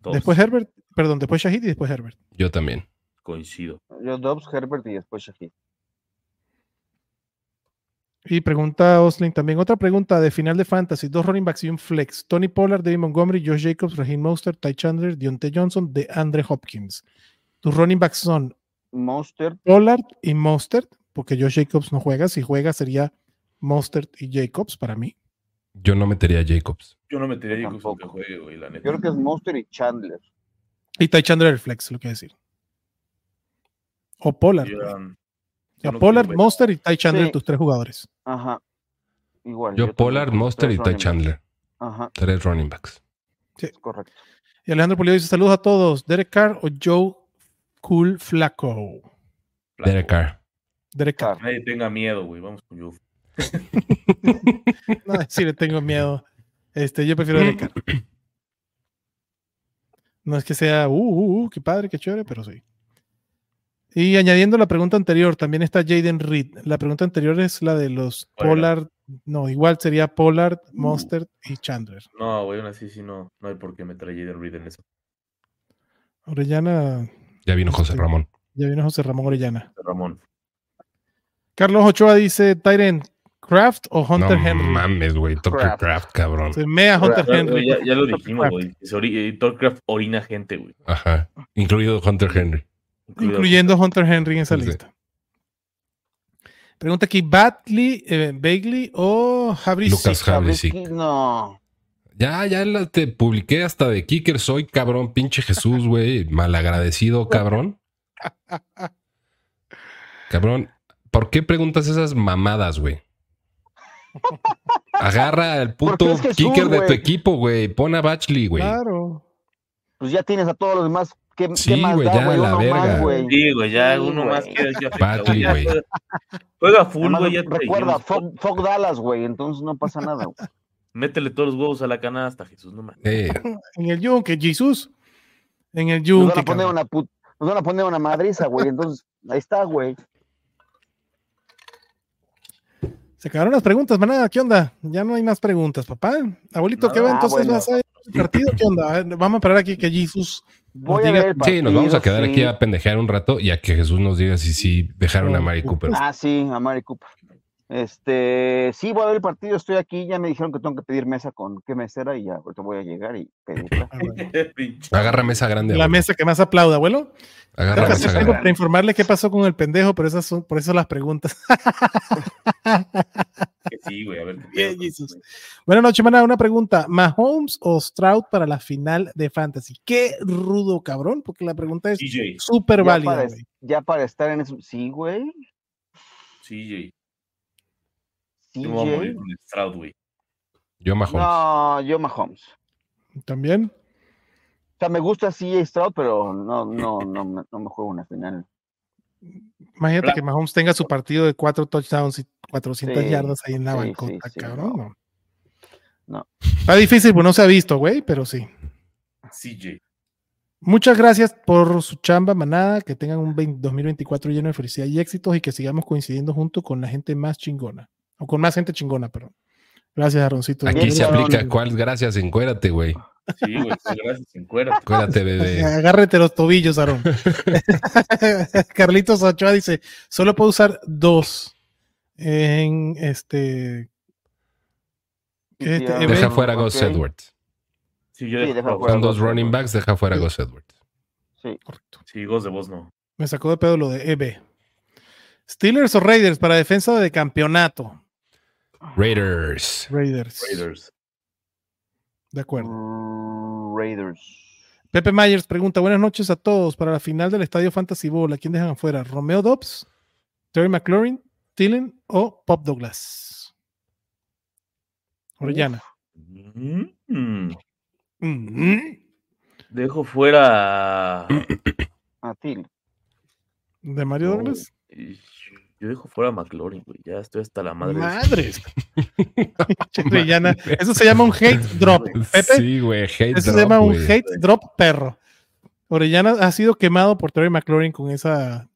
Todos. Después Herbert, perdón, después Shahid y después Herbert. Yo también. Coincido. Yo Dobbs, Herbert y después Shahid. Y pregunta Oslin también. Otra pregunta de final de Fantasy. Dos running backs y un flex. Tony Pollard, David Montgomery, Josh Jacobs, Raheem Mostert, Ty Chandler, Dionte Johnson, de Andre Hopkins. Tus running backs son Monster. Pollard y Mostert, porque Josh Jacobs no juega. Si juega sería Mostert y Jacobs para mí. Yo no metería a Jacobs. Yo no metería a Yo Jacobs aunque tampoco. juegue, güey, la Yo neta. creo que es Monster y Chandler. Y Ty Chandler el flex, lo que decir. O Pollard. Yo, um, O sea, yo no Pollard, quiero, güey. Mostert y Ty Chandler, Sí. tus tres jugadores. Ajá. Igual. Yo, también, Pollard, tres Monster y running Ty backs. Chandler. Ajá, Tres running backs. es correcto. Y Alejandro Pulido dice saludos a todos. Derek Carr o Joe Cool Flacco. Flaco. Derek Carr. Derek Carr. Carr. Nadie tenga miedo, güey. Vamos con Joe. No, *laughs* sí le tengo miedo. Este, yo prefiero Derek Carr. No es que sea, uh, uh, uh, qué padre, qué chévere, pero sí. Y añadiendo la pregunta anterior, también está Jaden Reed. La pregunta anterior es la de los ¿Cuál era? Pollard. No, igual sería Pollard, Uh. Monster y Chandler. No, güey, aún así sí no. No hay por qué meter a Jaden Reed en eso. Orellana, Ya vino José Sí. Ramón. ya vino José Ramón Orellana. Ramón. Carlos Ochoa dice, Tyren, Kraft o Hunter no Henry. mames, güey. Tucker Craft. Craft, cabrón. Se mea Hunter Ya, Henry. güey, ya- ya lo Tucker dijimos, Kraft. güey. Se ori- eh, Thorcraft orina gente, güey. Ajá. Incluido Hunter Henry. Incluido- Incluyendo Hunter Henry en esa Sí. lista. Pregunta aquí, ¿Batley, eh, Bagley o Habris? Lucas Havlicek. Trubisky, No. Ya, ya la- te publiqué hasta de Kicker. Soy cabrón, pinche Jesús, güey. *laughs* Malagradecido, cabrón. Cabrón, ¿por qué preguntas esas mamadas, güey? Agarra al Porque puto es Jesús, kicker de tu güey. equipo, güey. Pon a Batchley, güey. Claro. Pues ya tienes a todos los demás. ¿Qué, qué Sí, más güey, da, ya, güey? la Uno verga. más, güey. Sí, güey, ya Sí, uno güey. más que que afecta, Batley, ya güey. juega- Juega full, Además, güey. ya te recuerda, dijimos, fuck, fuck Dallas, güey. Entonces no pasa nada. *laughs* güey. Métele todos los huevos a la canasta, Jesús, *laughs* no mames. Eh, En el yunque, Jesús. En el Nos van yunque. a poner cabrón. una put- Nos van a poner una madriza, güey. Entonces, ahí está, güey. Pues Se acabaron las preguntas, manada. ¿Qué onda? Ya no hay más preguntas, papá. Abuelito, ¿qué va Nada, entonces? bueno. ¿Vas a ir al partido? ¿Qué onda? A ver, Vamos a parar aquí que Jesús. Nos Voy a diga- ver el Sí, nos vamos a partido, quedar sí. aquí a pendejear un rato y a que Jesús nos diga si sí dejaron a Mari Cooper. Ah, sí, a Mari Cooper. Este, sí, voy a ver el partido, estoy aquí, ya me dijeron que tengo que pedir mesa con qué mesera y ya ahorita voy a llegar y pedirla. Ah, bueno. Pinche. Agarra mesa grande, La abuelo. mesa que más aplauda, abuelo. Agarra Tengo que mesa hacer algo grande. para informarle qué pasó con el pendejo, pero esas son, por eso las preguntas. Que sí, güey, a ver. qué Bien, pedo, Jesús. güey. Buenas noches, maná. Una pregunta: ¿Mahomes o Stroud para la final de Fantasy? Qué rudo, cabrón, porque la pregunta es CJ, súper Ya válida. para- güey. Ya para estar en eso, sí, güey. CJ. Sí, Yo me voy a morir con el Stroud, güey. Yo, Mahomes. No, yo Mahomes. También. O sea, me gusta CJ Stroud, pero no, no, no, me- no me juego una final. Imagínate Claro. que Mahomes tenga su partido de cuatro touchdowns y 400 Sí, yardas ahí en la sí, bancota, sí, sí, cabrón. no. No. No. Está difícil, pues no se ha visto, güey, pero sí. CJ. Muchas gracias por su chamba, manada. Que tengan un 20 2024 lleno de felicidad y éxitos y que sigamos coincidiendo junto con la gente más chingona. O con más gente chingona, perdón. Gracias, Aroncito. Aquí bien, se cabrón. aplica cuál gracias, encuérate, güey. Ah, Sí, güey, pues, gracias, encuérdate. Encuérate, bebé. Agárrete los tobillos, Aarón. Carlitos Ochoa dice: solo puedo usar dos en *laughs* este Que Sí, te- ah, eh, Deja ve- fuera a ok. Gus Edwards. Sí, yo Sí, dejo deja fuera a fuera Son a Gus. dos running backs, deja fuera a Gus Edwards. Sí. Correcto. Sí, Gus de voz no. Me sacó de pedo lo de EB. Steelers o Raiders para defensa de campeonato. Raiders. Raiders. Raiders. De acuerdo. Mm, Raiders. Pepe Myers pregunta: Buenas noches a todos. Para la final del Estadio Fantasy Bowl, ¿a quién dejan afuera? ¿Romeo Dobbs, Terry McLaurin, Tillen o Pop Douglas? Orellana. Mm. Mm. Dejo fuera. A Till. ¿De Mario No, Douglas? güey. Yo dejo fuera a McLaurin, güey. Ya estoy hasta la madre. de eso. *laughs* Madres. Orellana. Eso se llama un hate drop. Pepe, Sí, güey. Hate Eso drop, se llama un güey. hate drop perro. Orellana ha sido quemado por Terry McLaurin con esa.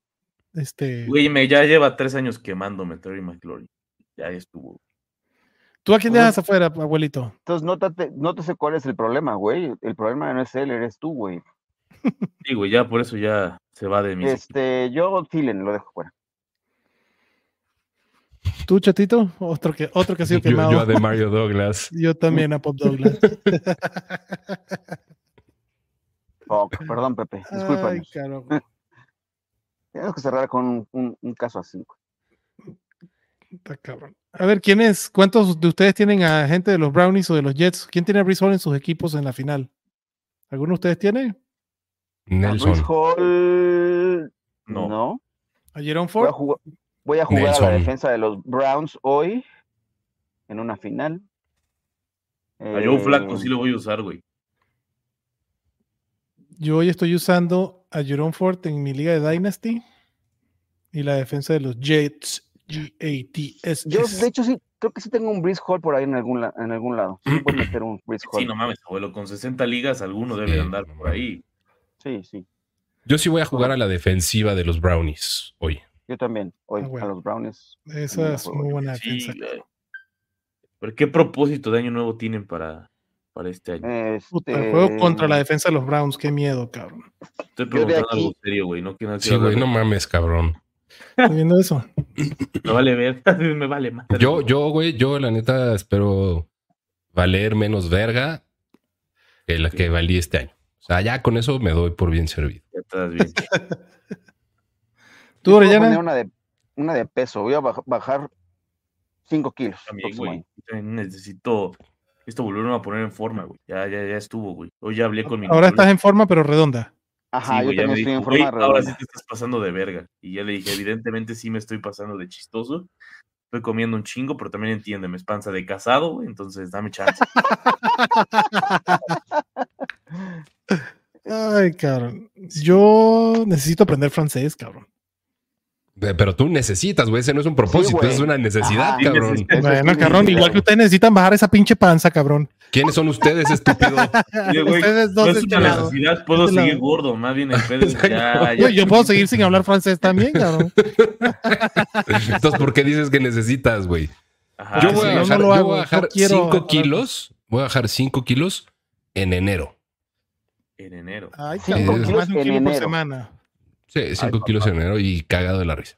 Este. Güey, me ya lleva tres años quemándome Terry McLaurin. Ya estuvo. ¿Tú a quién Ajá. dejas afuera, abuelito? Entonces, nótate, nótese cuál es el problema, güey. El problema no es él, eres tú, güey. Sí, güey, ya por eso ya se va de mí. Este, yo Thielen lo dejo fuera. ¿Tú, chatito? Otro que, otro que ha sido *laughs* Yo, quemado. yo Yo, a de Mario Douglas. también a Pop Douglas. Fuck, *laughs* perdón, Pepe. Ay, Discúlpanos. caro. Tenemos que cerrar con un, un- un caso así. güey. Está cabrón. A ver, ¿quién es? ¿Cuántos de ustedes tienen a gente de los Brownies o de los Jets? ¿Quién tiene a Brees Hall en sus equipos en la final? ¿Alguno de ustedes tiene? *laughs* A Bruce Nelson. Hall. No. No. ¿A Jerome Voy a Ford? jugar, voy a, jugar a la Nelson. defensa de los Browns hoy en una final. A Joe Flaco Eh, sí lo voy a usar, güey. Yo hoy estoy usando a Jerome Ford en mi liga de Dynasty y la defensa de los Jets. G-A-T-S. Yo, de hecho, sí, creo que sí tengo un Breeze Hall por ahí en algún, la- en algún lado. Sí, puedo meter un Breeze Hall. Sí, no mames, abuelo. Con 60 ligas, alguno debe Sí, de andar no por ahí. sí, sí. Yo sí voy a jugar a la defensiva de los Brownies hoy. Yo también. Hoy Ah, bueno. a los Brownies. Esa es muy buena Sí, defensa. güey. Pero qué propósito de año nuevo tienen para, para este año. Puta, Este, juego contra la defensa de los Browns, qué miedo, cabrón. Estoy yo de preguntando algo aquí- serio, güey. No, que no Sí, quiero güey, no hablar mames, cabrón. ¿Estás viendo eso? de- Me vale ver. *laughs* me vale más. Yo, yo, güey, yo la neta espero valer menos verga que la que valí este año. O sea, ya con eso me doy por bien servido. Ya estás bien. ¿Tú, Voy a poner Orellana? una de, una de peso. Voy a baj- bajar 5 kilos. También, próximo güey. año. Yo también necesito esto volverme a poner en forma, güey. Ya, ya, ya estuvo, güey. Hoy ya hablé con mi Ahora estás nutriólogo. en forma, pero redonda. Ajá, Sí, yo güey, ya también me estoy en dijo, forma "Güey, Ahora sí redonda. te estás pasando de verga. Y ya le dije, evidentemente sí me estoy pasando de chistoso. Estoy comiendo un chingo, pero también entiéndeme, es panza de casado, güey. Entonces dame *laughs* chance. Ay, cabrón. Yo necesito aprender francés, cabrón. Eh, Pero tú necesitas, güey, ese no es un propósito, güey. es una necesidad, Ajá. cabrón. Sí, Eso Bueno, sí, cabrón, igual que claro. ustedes necesitan bajar esa pinche panza, cabrón. ¿Quiénes son ustedes, estúpido? Oye, güey, ustedes No dos de Pues es este una lado. necesidad, puedo este lado. seguir gordo, más bien el *laughs* pedo es ya, Yo, ya. yo puedo seguir sin hablar francés también, cabrón. Entonces, ¿por qué dices que necesitas, güey? Ajá, Yo que voy si a no, no bajar, lo yo hago, voy a no bajar quiero 5 hablar. kilos, voy a bajar 5 kilos en enero. en enero. Ay, Cinco cabrón, kilos más de un en kilo por enero. semana. Sí, 5 papá. kilos en enero y cagado de la risa.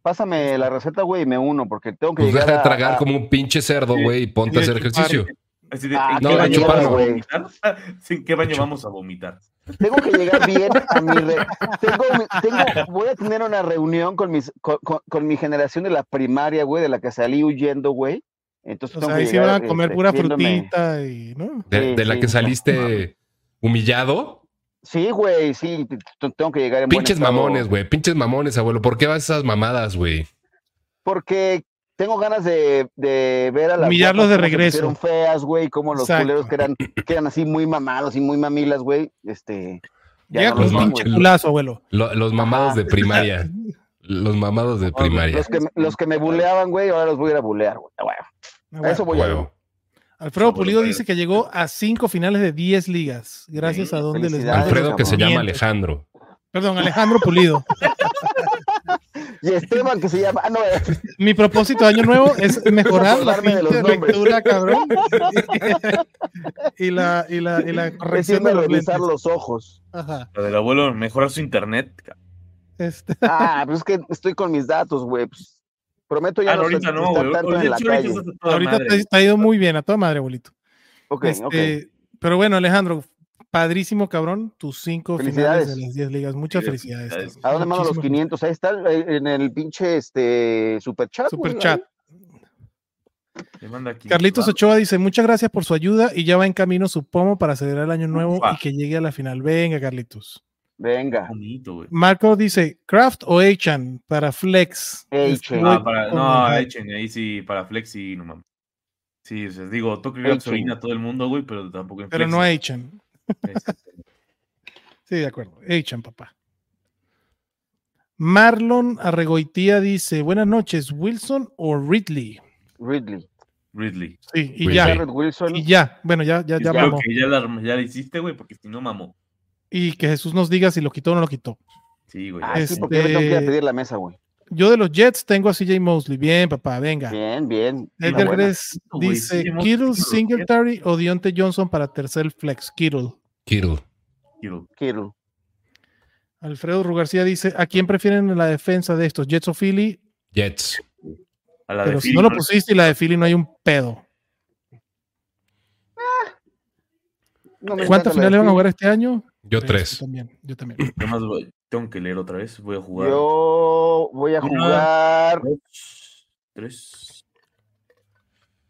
Pásame la receta, güey, y me uno, porque tengo que Pues llegar deja de a- tragar a- como un pinche cerdo, Sí, güey, y y ponte de a hacer chupar. ejercicio. Así de, Ah, ¿en no, qué a baño chupar, vamos a güey. vomitar? *laughs* ¿En qué baño vamos a vomitar? Tengo que llegar bien a mi... re- *laughs* tengo mi- tengo- voy a tener una reunión con, mis, con, con- con mi generación de la primaria, güey, de la que salí huyendo, güey. Entonces O tengo sea, que ahí sí llegar, van a comer este, pura viéndome- frutita y, ¿no? De, Sí, de la sí, que no saliste humillado. Sí, güey, sí, t- t- tengo que llegar en buen Pinches estado, mamones, güey. Pinches mamones, abuelo. ¿Por qué vas a esas mamadas, güey? Porque tengo ganas de, de ver a las Humillarlos de guapas cómo se regreso. pusieron feas, güey, como los Exacto. culeros que eran, que eran así muy mamados y muy mamilas, güey. Este, ya Llega no con los un los vamos. pinche pinches. culazo, abuelo. Lo- Ah, los mamados Ajá. *laughs* de primaria. Los mamados de primaria. Los que, me- los que me buleaban, güey, ahora los voy a ir a bulear, güey. Ah, bueno, Ah, a eso bueno. voy a Huevo. Alfredo Abuelo, Pulido pero- dice que llegó a cinco finales de 10 ligas. Gracias Sí, a donde les felicidades, Alfredo que se cabrón. llama Alejandro. Perdón, Alejandro *laughs* Pulido. Y Esteban, que se llama. *laughs* Ah, no, Mi propósito de año nuevo es mejorar la Acordarme de los pinche nombres. lectura, *laughs* cabrón. y la, y la, y la es corrección irme de a los revisar lentes. los ojos. Ajá. Lo del abuelo, mejorar su internet. ca- Este, Ah, pues es que estoy con mis datos, güey. pues, Prometo ya Ah, no, ahorita estar- no, estar güey. tanto en Ahorita la sí, ahorita calle. estás a toda Ahorita madre. te, te ha ido muy bien, a toda madre, abuelito. Ok, ok. Este, Pero bueno, Alejandro, padrísimo, cabrón, tus cinco finales Felicidades. de las 10 ligas. Muchas Sí, felicidades. felicidades. cabrón. ¿A dónde mando los Muchísimas- 500? Ahí está eh, en el pinche este, superchat. güey, Super chat. ahí. Pues, Te manda aquí. Carlitos Va. Ochoa dice, muchas gracias por su ayuda y ya va en camino su pomo para celebrar el año nuevo Ufa. y que llegue a la final. Venga, Carlitos. Venga. Bonito, güey. Marco dice, ¿Craft o Eichan para Flex? Este, Eichan. Estoy Ah, para, con no, Manhattan. echen ahí sí, para Flex sí, no mames. Sí, o sea, digo, toque que Echen. orina a todo el mundo, güey, pero tampoco en Pero Flex, no Eichan. este, Sí, de acuerdo. Eichan, papá. Marlon Arregoitía dice, buenas noches, Wilson o Ridley. Ridley. Ridley. Ah, Sí, y Ridley. ya. Garrett Wilson. Y ya, bueno, ya, ya, ya Espero mamó. que ya la, arm- ya la hiciste, güey, porque si no mamó. Y que Jesús nos diga si lo quitó o no lo quitó. Sí, güey. Ah, ya. sí, porque yo me tengo que ir a este- pedir la mesa, güey. Yo de los Jets tengo a CJ Mosley. Bien, papá, venga. Bien, bien. Edgar Una buena. Gress Güey, dice: sí, hemos Kittle, visto los Singletary o Dionte Johnson para tercer flex. Kittle. Kittle. Quiero. Kittle. Alfredo Rugarcía dice: ¿A quién prefieren en la defensa de estos? Jets o Philly. Jets. A la Pero de si Philly, no lo ¿no? pusiste y la de Philly no hay un pedo. No me encanta ¿Cuántas la de finales van a Philly. jugar este año? Yo Eh, Yo tres. también. Yo también. Nada más voy- tengo que leer otra vez. Voy a jugar. Yo voy a Una. jugar. Dos, tres,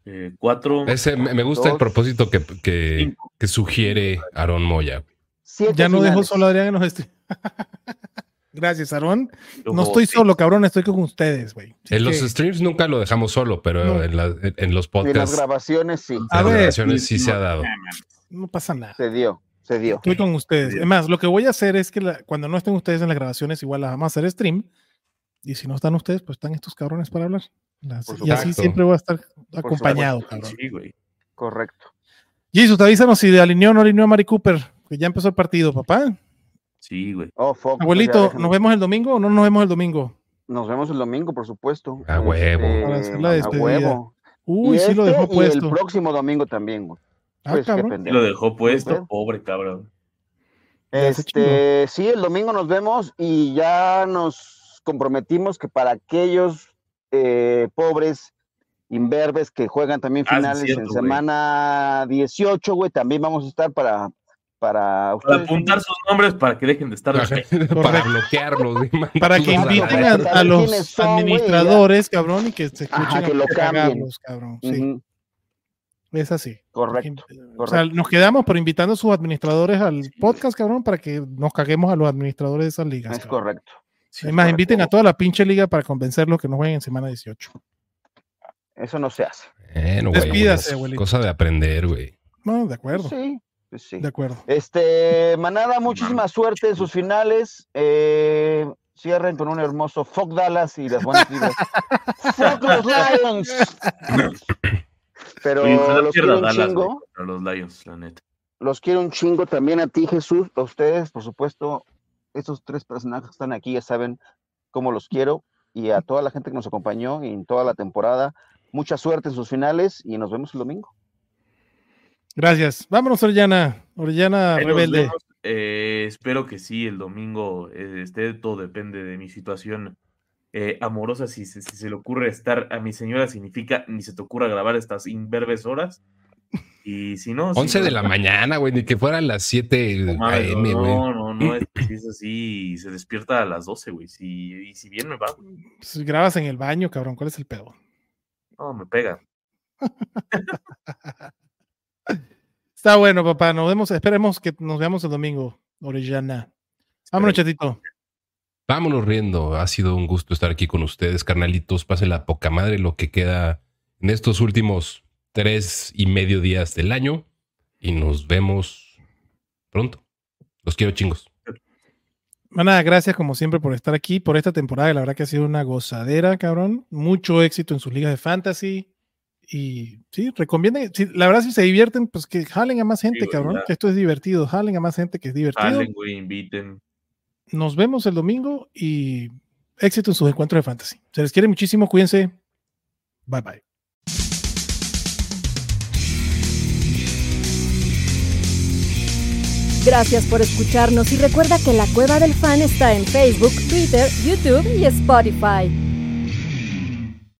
eh, cuatro. Ese, me me gusta el Dos. propósito que, que, Cinco. que sugiere Aaron Moya. Siete Ya no dejó finales. solo a Adrián en los streams. *laughs* Gracias, Aarón. Yo No juego estoy seis. solo, cabrón. Estoy con ustedes, güey. Así En los que- streams nunca lo dejamos solo, pero No. en, la- en- en los Y las podcasts, en grabaciones sí. A las ver. grabaciones sí se ha dado. no pasa nada. Se dio, se dio. Estoy con ustedes. Bien. Es más, lo que voy a hacer es que la- cuando no estén ustedes en las grabaciones, igual las vamos a hacer stream. Y si no están ustedes, pues están estos cabrones para hablar. Las- Por y así supuesto. siempre voy a estar acompañado, cabrón. Sí, güey. Correcto. Jesus, avísanos si alineó o no alineó a Mari Cooper, que ya empezó el partido, papá. Sí, güey. Oh, fuck, pues ya Abuelito, déjame. ¿nos vemos el domingo o no nos vemos el domingo? Nos vemos el domingo, por supuesto. Este, A huevo. Para hacer la a despedida. huevo. Uy, Y sí lo este dejó Y puesto. el próximo domingo también, güey. Ah, Pues, qué cabrón. pendejo. Lo dejó puesto, Bueno. pobre cabrón. Ya se Este, sí, el domingo nos vemos y ya nos comprometimos que para aquellos eh, pobres imberbes que juegan también Ah, sí, finales cierto, en güey. semana 18, güey, también vamos a estar para para Para ustedes. apuntar sus nombres para que dejen de estar. Ajá, despedidos. *laughs* Para bloquearlos. güey, Para que mandarlos a la inviten a, verga. verga. a ¿Quiénes los son, güey? administradores, cabrón, y que se escuchen Ajá, que a lo cagarlos, cabrón. Sí, Ujú, es así. correcto. O sea, nos quedamos por invitando a sus administradores al podcast, cabrón, para que nos caguemos a los administradores de esas ligas. Es cabrón. correcto. Sí, Además, correcto. inviten a toda la pinche liga para convencerlos que no jueguen en semana 18. Eso no se hace. Bueno, güey, Despídase, es abuelito. Cosa de aprender, güey. No, de acuerdo, Sí, pues sí. de acuerdo. Este, Manada, muchísima suerte en sus finales. Eh, cierren con un hermoso Fuck Dallas y las buenas vibras. Fuck los Lions. Pero Oye, ojalá los pierda quiero un Dallas, güey, chingo. contra los Lions, la neta. Los quiero un chingo también a ti, Jesús, a ustedes, por supuesto. Estos tres personajes que están aquí ya saben cómo los quiero. Y a toda la gente que nos acompañó en toda la temporada. Mucha suerte en sus finales y nos vemos el domingo. Gracias. Vámonos, Orellana. Ah, Orellana Ahí nos Rebelde. vemos. Eh, espero que sí, el domingo eh, esté, todo depende de mi situación eh, amorosa. Si, se- si se le ocurre estar a mi señora, significa ni se te ocurra grabar estas imberbes horas. Y si no. si 11 no, de la mañana, güey, ni que fueran las 7 no mames, a.m., no, güey. no, no, es, si es así, se despierta a las 12, güey. Si, y si bien me va, güey, Si grabas en el baño, cabrón, ¿cuál es el pedo? no, me pega. Está bueno, papá. Nos vemos. Esperemos que nos veamos el domingo, Orellana. Vámonos, chatito. Vámonos riendo. Ha sido un gusto estar aquí con ustedes, carnalitos. Pásenla poca madre lo que queda en estos últimos tres y medio días del año. Y nos vemos pronto. Los quiero chingos. Maná, Pues gracias como siempre por estar aquí, por esta temporada. que La verdad que ha sido una gozadera, cabrón. Mucho éxito en sus ligas de fantasy. Y sí, recomienden. sí, la verdad, si se divierten, pues que jalen a más gente, güey, cabrón. ya. Que esto es divertido. Jalen a más gente que es divertido. Salen, güey, inviten. Nos vemos el domingo y éxito en sus encuentros de fantasy. Se les quiere muchísimo. Cuídense. Bye bye. Gracias por escucharnos y recuerda que la Cueva del Fan está en Facebook, Twitter, YouTube y Spotify.